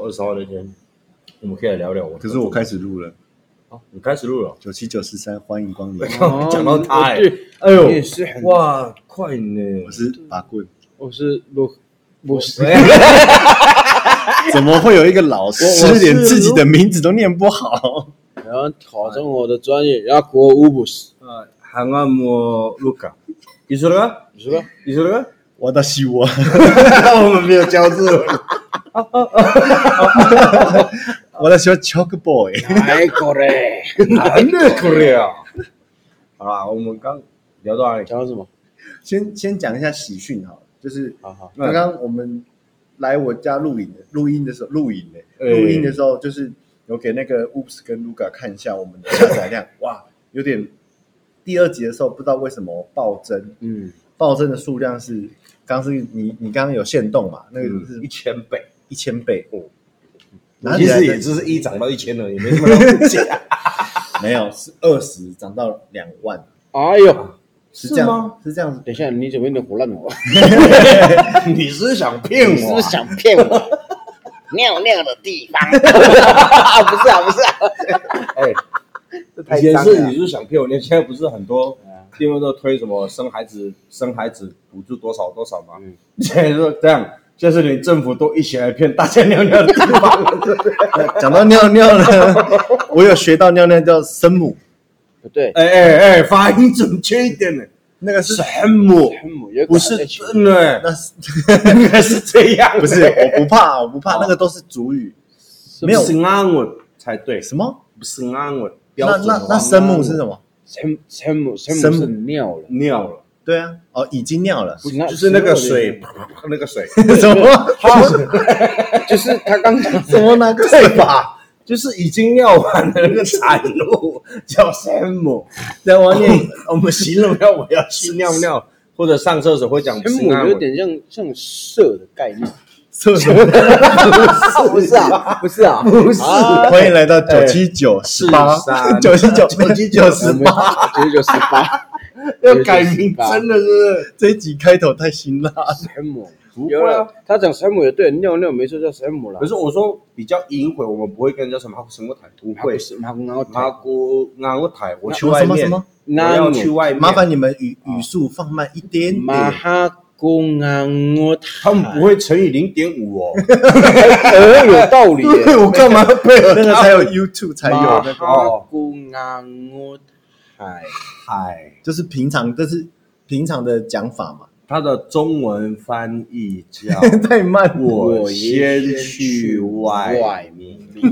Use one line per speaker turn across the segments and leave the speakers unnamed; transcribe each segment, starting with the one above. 二十号那天，我们可以来聊聊我。
可是我开始录了，
哦你开始录了，
九七九十三，欢迎光临。
哦讲到他
哦
哎
对
哎
我也
呦，
是很，
哇，快呢
我！是拔棍，
我是罗，我是
怎么会有一个老师
我我是
连自己的名字都念不好？
然后考中我的专业，然后国乌不是，
啊，韩阿莫卢卡，你说了吗？
你说吧，
你说了吗？
我的希望，我们没有交错。我的喜欢 Chalk Boy，
哎，过嘞，
真的可以啊！好啦，我们刚聊到哪里？
讲什么？
先先讲一下喜讯好了，就是
好好，
嗯
刚刚我们来我家录影的录音的时候，录影的
哎
录音的时候，就是有给那个 Oops 跟 Luca 看一下我们的下载 量，哇，有点第二集的时候不知道为什么暴增，
嗯，
暴增的数量是刚是你你刚刚有限动嘛，那个
嗯，
是
一千倍，
一千倍
哦，
哪里
其
来
实
的
也就是一涨到一千而已，没什么了不起啊。
没有是二十涨到两万，
哎呦，
是这样
吗？
是这样子，
等一下，你怎么有点胡乱 我？
你是啊想 骗
你是
我
不
啊
是？想骗我？ 尿尿的地 方，不是啊，不是啊，
哎，以前是你是想骗我，你现在不是很多地方都推什么生孩子生孩子补助多少多少吗？
嗯
现在说这样，就是你政府都一起来骗大家尿尿的地方了，对不对？
那讲到尿尿呢， 我有学到尿尿叫生母，
不对，
哎哎哎，发音准确一点呢，
那个是
什么？
有
不是真的，
那是。
应该是这样，
不是，我不怕，我不
哦
怕，那个都是主语。没有
不是安稳才对，
什么？
不是安稳标
那
准
那
的
那
话
生母是什么？
生生母生
生
母
母
是尿了，
尿了，
对啊，哦，已经尿了。
不是那
就是那个水，啪啪啪那个水，
什么？
就是他刚讲
什么那个
对吧？就是已经尿完的那个产物叫生母。
在外面
我们形容要我要去尿尿或者上厕所会讲
生母有点像像射的概念，
厕所。
啊
不是啊， 不是啊，不是
欢迎来
哎
到九七九十八
43
九七九九七九十八。
八，九九十八，
要改名，真的是
这一集开头太辛辣，
山姆
不
有
会啊。
了，他讲山姆也对，尿尿没错叫山姆了
可。是我说比较隐晦，我们不会跟人家什么什么台，不
会
会。
是马公然后
麻姑安我台，我去
什么
外
什么
面哎哦我
什，么？
要去
那
外面。
麻烦你们语语速放慢一点
马
点。
哈公安我他
他们不会乘以零点五哦。
呃有道理耶，
我干 嘛配合
那个才有 YouTube 才有
马
那个，
哈公安我太
嗨，
就是平常这是平常的讲法嘛。
它的中文翻译叫
太慢
“
了，
我先去外
外面，
面”，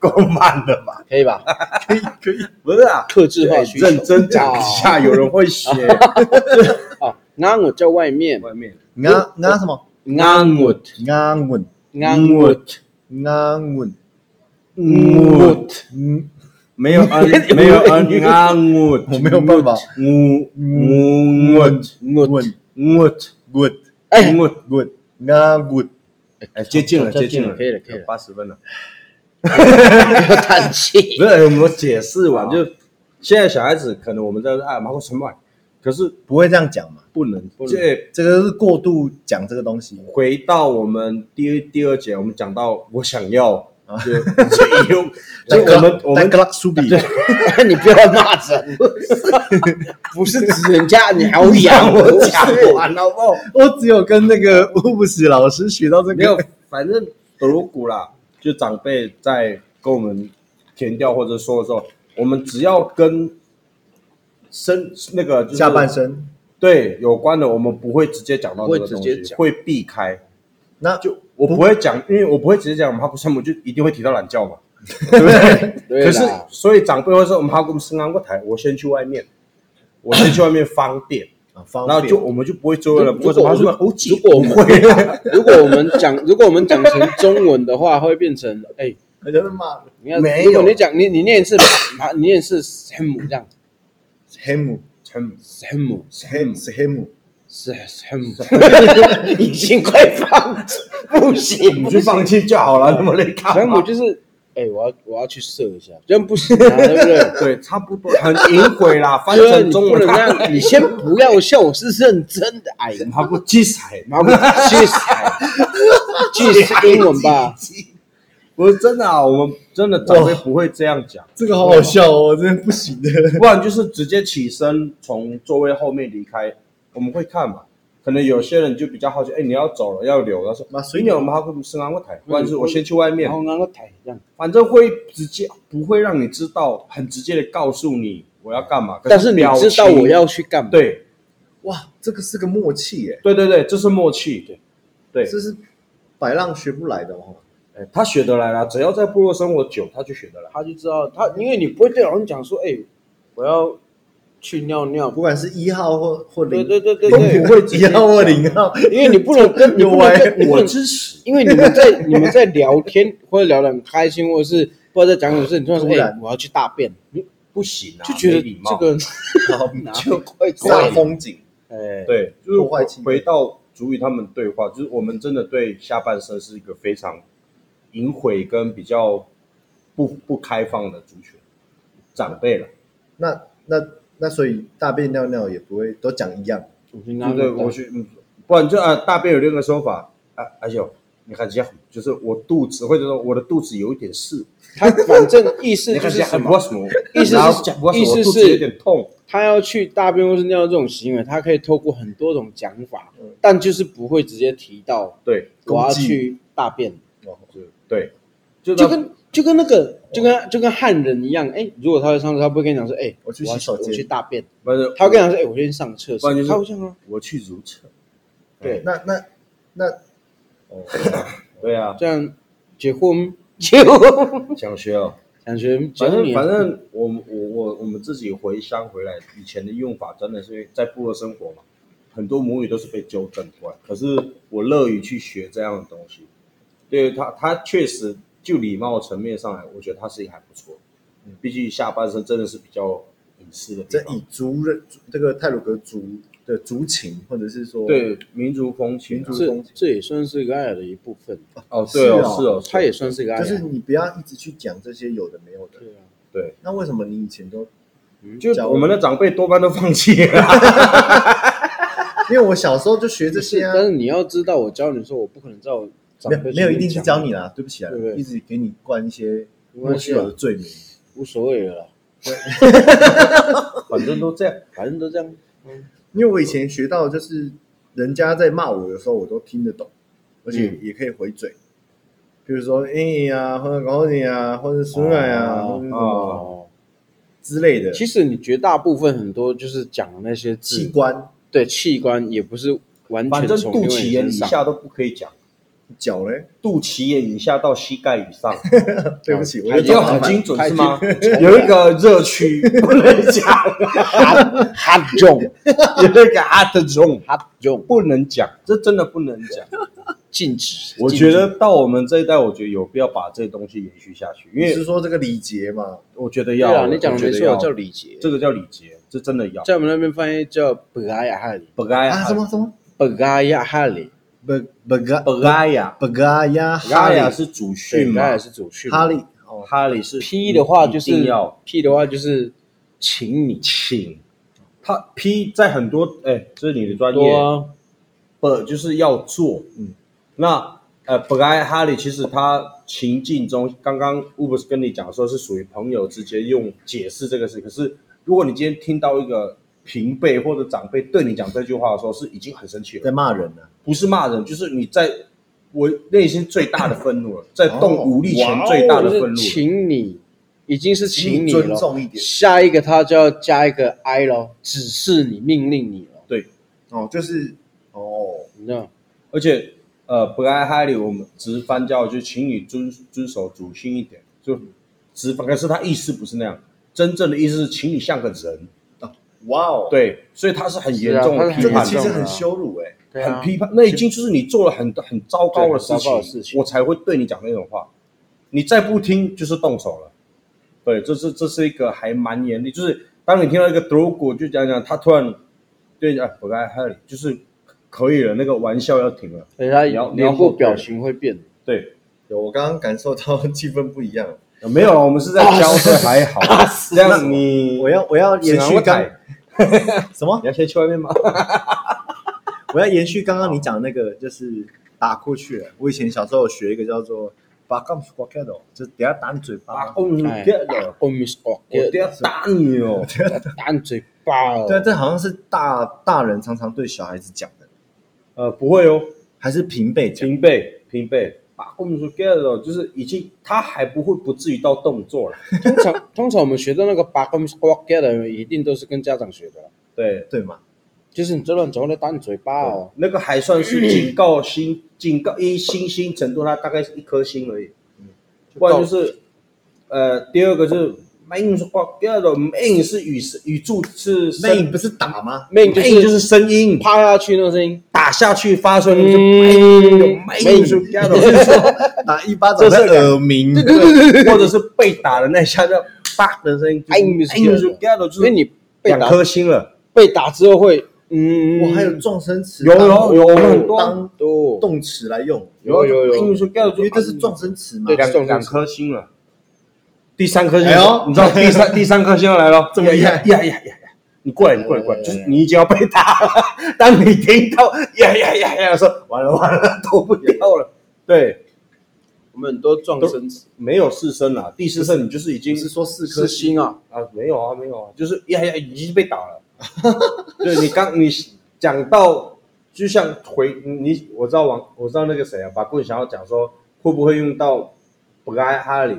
够慢了吧？
可以 吧？
可以可以。
不是啊，
克制化
哎
需求
认真讲一下，有人会写
啊，安我叫外面，
外面。
安安什么？
安我
安稳
安我
安稳。
我
嗯，
没有嗯，没有嗯啊我，
我没有办法。
我我
我，
我
，good
哎，
我我，
good，那 good，
哎，接近了，
差不多
接近
可以了可以了
八十分了。
不要叹气
不，是，我们解释完
好
就，现在小孩子可能我们在啊，马过什么，可是
不会这样讲嘛？
不能。
不能
这
这个是过度讲这个东西。
回到我们第一第二节，我们讲到我想要，就就 用就我们我们
格拉苏比，
你不要骂人，不是指人家，你还要养
我
我
讲完好不好？
我只有跟那个乌布斯老师学到这
没有
个。，
反正德鲁古啦，就长辈在跟我们填掉或者说的时候，我们只要跟身那个、就是、
下半身，
对有关的，我们不会直接讲到这个
不会直
东
接
西，
讲
会避开。
那
就我不会讲，因为我不会直接讲我们哈古山姆，就一定会提到懒觉嘛，对不
对
对？可
啦
是所以长辈会说我们哈古生安过台，我先去外 面，我先去外面方便，
啊方
然后
便
就我们就不会追问了。
如
为什么他说
如
欧几？
如果我们 如果我们讲 如果我们讲成中文的话，会变成哎，
我就是骂人
你要
没有
如果你讲你你念一次， 啊你念一次 sam 这样
黑姆
山姆
sam
嗯
黑是 黑姆，
是 sam，已经快放不行
你就放弃就好了，那么累干嘛？
，sam 就是哎、我要我要去射 一下，这样不行啊，对不对？
对，差不多很隐晦 啦，翻
对啊，
成
你
中
不
文
能那样，你先不要笑，我是认真的。哎呀，
他不记彩，
妈不去死， 去死英文吧，
不是真的啊，我们真的长辈不会这样讲，
这个好好笑哦，真的不行的。
不然就是直接起身从座位后面离开，我们会看嘛。可能有些人就比较好奇，哎、你要走了要留，他说哎
妈，
所以你们还会升安过台，不然就是我先去外面
嗯然，后让我抬这样。
反正会直接不会让你知道，很直接的告诉你我要干嘛。
但是你
表
知道
情
我要去干嘛？，
对
哇，这个是个默契耶，
对对对，这是默契。对，对，
这是百浪学不来的哦。
哎他学得来啦，只要在部落生活久，他就学得来。
他就知道他，因为你不会对老人讲说，哎、我要去尿尿，
不管是一号或或
对
零，
对对对
都
对，
不会一号或零号。
因为你不能跟你 不能跟你不
我
能，
支持，
因为你们在你们在聊天或者聊得很开心，或者是不知道在讲什么事，你突然说，
突
哎、
然
我要去大便，
不行啊，
就觉
没
得
礼貌
这个人
然后
哪
就
里怪怪
煞
的，
风景。
哎，
对，就
破坏
是
气氛
回到主语他们对话，就是我们真的对下半身是一个非常隐晦跟比较不不开放的族群，长辈了。
那那那所以大便尿尿也不会都讲一样，
我去拿
对
个
对，
蛋
我去，嗯，不然就啊，大便有另一个说法啊，而且你看这样，就是我肚子或者说我的肚子有一点事，
他反正意思
你
就
看这
是
样
什
很
么
不？什么，
意思是
然后讲不什么
意思
我肚
是
子有点痛，
他要去大便或是尿这种行为，他可以透过很多种讲法，
嗯
但就是不会直接提到
对
我要
攻击
去大便，
对，就
就跟就跟那个就跟就跟汉人一样，哎，如果他在上厕，他不会跟你讲说，哎，
我去
要
洗手间
我去大便，
不是
他会跟你讲说，哎，我先上厕
不
所
然就，是
他会这样啊，
我去如厕，
对，
那那那哦，
对啊，
这样结婚
嗯
结婚，
想学哦。
想学啊
反正反
正
正我们我我我们自己回乡回来，以前的用法真的是因为在部落生活嘛，很多母语都是被纠正过来。可是我乐于去学这样的东西，对他他确实就礼貌层面上来，我觉得他是一个还不错。毕竟下半身真的是比较隐私的地
这
方
以，族人这个泰鲁格族的族情，或者是说
对民族风情、
民
啊
族。
这这也算是一个爱尔的一部分，
哦，对哦，
是哦
是哦，
他也算是一个爱
就
尔，
是你不要一直去讲这些有的没有的。
对啊，
对，
那为什么你以前都？
就我们的长辈多半都放弃了。
因为我小时候就学这
不是
些啊，
但是你要知道，我教你说，我不可能在我长
没有
辈
没有一定是
前面
教你啦，对不起啊
对不，对
一直给你灌一些
没
莫
关
须
系
有
啊
的罪名。
无所谓了啦，
反正都这样。
反正都这样。嗯，
因为我以前学到就是人家在骂我的时候，我都听得懂，而且
嗯
也可以回嘴。比如说“哎呀”或者“搞你啊”或者“孙啊”呀，
哦
或者是什么
哦，
之类的
其实你绝大部分很多就是讲的那些字
器官、
对器官也不是完
反
全
正
从
肚
另外
脐
一
眼
个
以
身上
下都不可以讲，
脚嘞。
肚脐眼以下到膝盖以上，
对不起，我
还
又
有
你要
找麻
很
烦
精准
太
是吗？有一个热 区不能讲，
hard hard zone
有一个 hot zone
hard zone
不能讲，这真的不能讲。
禁止。
我
禁
觉
止
得到我们这一代，我觉得有必要把这东西延续下去，因
你
为
是说这个礼节嘛？
我觉得
对
要，
啊，你讲
我
的
觉
没
得
错，
要
叫礼节，
这个叫礼节，这真的要。
在我们那边翻译叫本阿亚哈里，
本该
啊，什么什么？
本阿亚哈里，
本本嘎
本该呀，
本嘎呀
本该
哈
呀
利
是主训
本
嘛
阿，亚是主训嘛。
哈利哦，
哈里是
P 的话就是
一定要
P 的话就是请你
请他 P 在很多哎、这是你的专业，
多啊
不就是要做，嗯，那呃，本来哈利其实他情境中，刚刚 u b e 跟你讲说是属于朋友之间用解释这个事，可是如果你今天听到一个平辈或者长辈对你讲这句话的时候，是已经很生气了，
在骂人啊呢。
不是骂人，就是你在我内心最大的愤怒了，在动武力前
哇哦
最大的愤怒
就
了
是请你，已经是请你
尊
了。
重一点
下一个他就要加一个 I 咯，指示你、命令你了，
对，
哦，就是哦，
你知道吗？
而且呃，不爱哈利，我们直翻教就请你遵遵守主心一点，就直翻。可是他意思不是那样，真正的意思是请你像个人，
哇哦，
对，所以他是很严重的批
这
是啊
个
判
他
其
的，
实很羞辱哎。
对啊
很批判，那已经就是你做了很很糟糕的事
对很糟糕
情，
的事情
我才会对你讲那种话。你再不听，就是动手了。对，这是这是一个还蛮严厉，就是当你听到一个德国就讲讲，他突然对你讲哎不爱哈利，就是可以了，那个玩笑要停了。
所以他
你要你要
脸部
后退
表情会变。
对，
有，我刚刚感受到气氛不一样。
呃没有啊，我们是在教，所以还好。这样子你
我要我要延续
指南会
刚
改
什么
你？要先去外面吗？
我要延续刚刚你讲那个，就是打过去了。我以前小时候有学一个叫做“把杠 s q u a d o 就等下打你嘴巴。
哦，你
哎
别了，
我没说，
我都要打你哦！
打你嘴巴哦。
对啊，这好像是大大人常常对小孩子讲的，
呃，不会哦，
还是平辈讲？
平辈平辈，把我们说 get 了，就是已经他还不会不至于到动作了。
通常通常我们学到那个八公 squat get 的，一定都是跟家长学的，
对，
对嘛？
就是你这乱走，来打你嘴巴哦。
那个还算是警告星，警告一星星程度，它大概是一颗星而已。不然就是，呃，第二个就是命是挂，第二个命是语是语助是
那
声
你不是打吗？
命就
命就是是声音，
趴下去那个声音，
打下去发出来就是
嗯，
命是挂 的，
打一巴掌在耳鸣，
或者是被打的那一下的啪的声音，
哎
哎命是挂的，就
因为
是
你被
两
打
颗星了。
被打之后会，嗯，
我还有撞声词，
有有有我们很多
当
多
动词来用，
有有有
命是挂的，
因为这是撞声词嘛
对。
哎两
送
两
送
颗星了，第三颗星，
哎呦
你 知道第三第三颗星要来了，
这么厉害
呀
哦
呀呀呀呀！你过来，你过来，过来，
哎
就是你已经要被打 了。当你听到呀呀呀呀的时候，完了完了，躲不掉了。对，
我们很多撞声词，
没有四声了，第四声你就是已经
你是说四颗
是心啊，
啊，没有啊，没有啊，就是呀呀，已经被打了。 对你刚你讲到，就像回你，我知道王，我知道那个谁啊，把棍想要讲说会不会用到布莱哈里，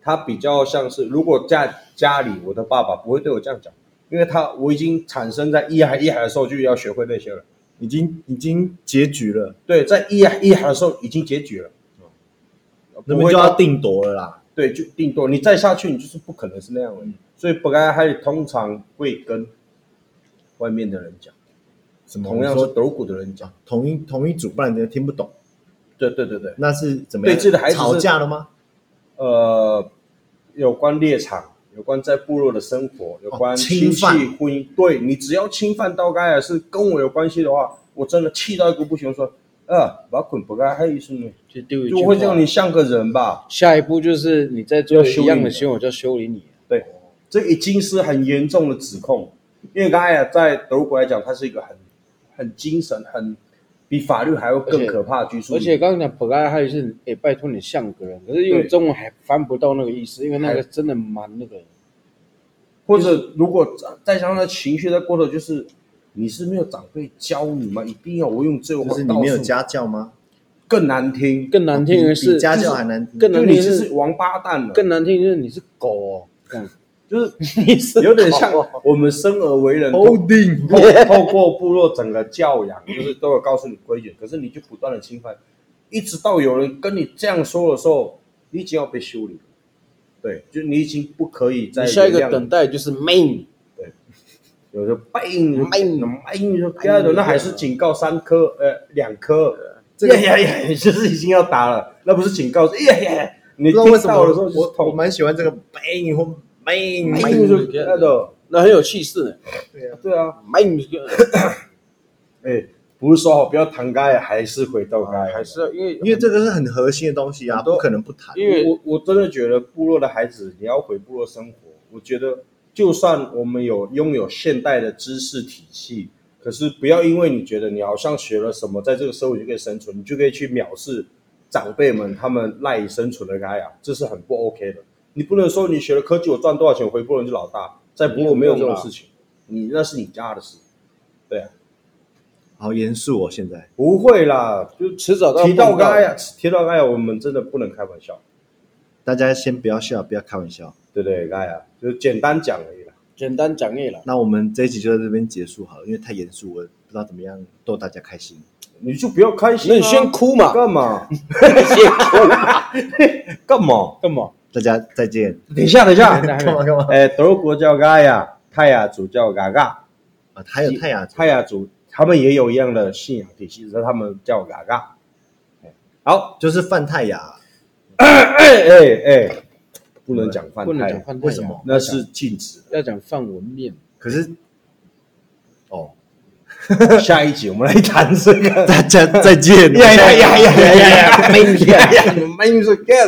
他比较像是如果家家里我的爸爸不会对我这样讲，因为他我已经产生在一喊一喊的时候就要学会那些了。
已经已经结局了，
对，在一喊一喊的时候已经结局了，
那
不
边
会
就
到
要定夺了啦。
对，就定多，你再下去，你就是不可能是那样的。所以布莱哈里通常会跟外面的人讲。
什么？
同样
我
是
们说
斗鼓的人讲，
同一同一组，不然人家听不懂。
对对对对，
那是怎么样？
对自己的孩子是
吵架了吗？
呃，有关猎场，有关在部落的生活，有关亲
侵
戚、
犯
婚姻，对你只要侵犯到该尔是跟我有关系的话，我真的气到一个不行，说，呃，把滚不该害什么，
就丢一句
就
话
会让你像个人吧，
下一步就是你在做
要修
一
理
样的
你
行为，我就修理你。
对，这已经是很严重的指控，因为刚才啊在德国来讲，它是一个很很精神很。比法律还要
而
更
且
可怕的拘束力，
而且刚刚讲本来还有是，哎，拜托你像个人，可是因为
对
中文还翻不到那个意思，因为那个真的蛮那个。
或者如果再加上他情绪在过头，就是你是没有长辈教你吗？一定要我用这种
就
话
是你
告
没有
诉
家教吗？
更难听，
更难听的
比
是
比，家教还难听。
更
就
难
你
听
就是是王八蛋了，
更难听就是你是狗哦，这样
就是
你是
有点 像
狗哦
我们生而为人，透
holding
透 透过部落整个教养，就是都有告诉你规矩，可是你就不断的侵犯，一直到有人跟你这样说的时候，你已经要被修理了，对，就你已经不可以再
你下一
原
个
谅
等待就是 main，
有时候硬
嗯
硬说第二轮那还是警告三颗，呃，两颗，
这个
呀呀呀，就是已经要打了，那不是警告，是呀呀呀，你
不知道
听
为什么
到的时候就是
我我
头
蛮喜欢这个 bang 或 bang
硬说那个，
那很有气势呢。
对啊，
main
哎，不是说好不要谈该，还是回到该，
啊还呃是要因为
因为这个是很核心的东西啊，
很多
不可能不谈。
因为
我我真的觉得部落的孩子，你要回部落生活，我觉得就算我们有拥有现代的知识体系，可是不要因为你觉得你好像学了什么，在这个社会就可以生存，你就可以去藐视长辈们他们赖以生存的该啊，这是很不 OK 的。你不能说你学了科技，我赚多少钱，我回部落就老大，在部落没有这种事情，你那是你家的事，对啊，
好严肃哦，现在
不会啦，就
迟早都要
提到
碰到
该啊，提到该啊，我们真的不能开玩笑，
大家先不要笑，不要开玩笑。
对不对？该啊，就简单讲而已啦。
简单讲义了。
那我们这一集就在这边结束好了，因为太严肃，我不知道怎么样逗大家开心。
你就不要开心、啊，
那你先哭嘛，
干 嘛？
先哭嘛，
干嘛？
干嘛？
大家再见。
等一下，等一下，
干
干嘛干嘛？
哎，德国叫嘎呀，泰雅族叫嘎嘎，
啊，还有太阳，
泰雅族他们也有一样的信仰体系，只是他们叫嘎嘎。哎好，
就是范太阳，
哎哎哎，不能讲犯
不能
泰
讲，换太阳
为什么？
那是禁止
要讲范文面？
可是，哦，
的。下一集我们来谈这个。
大家再见。
哎呀呀呀呀呀呀！没呀呀，没说 get。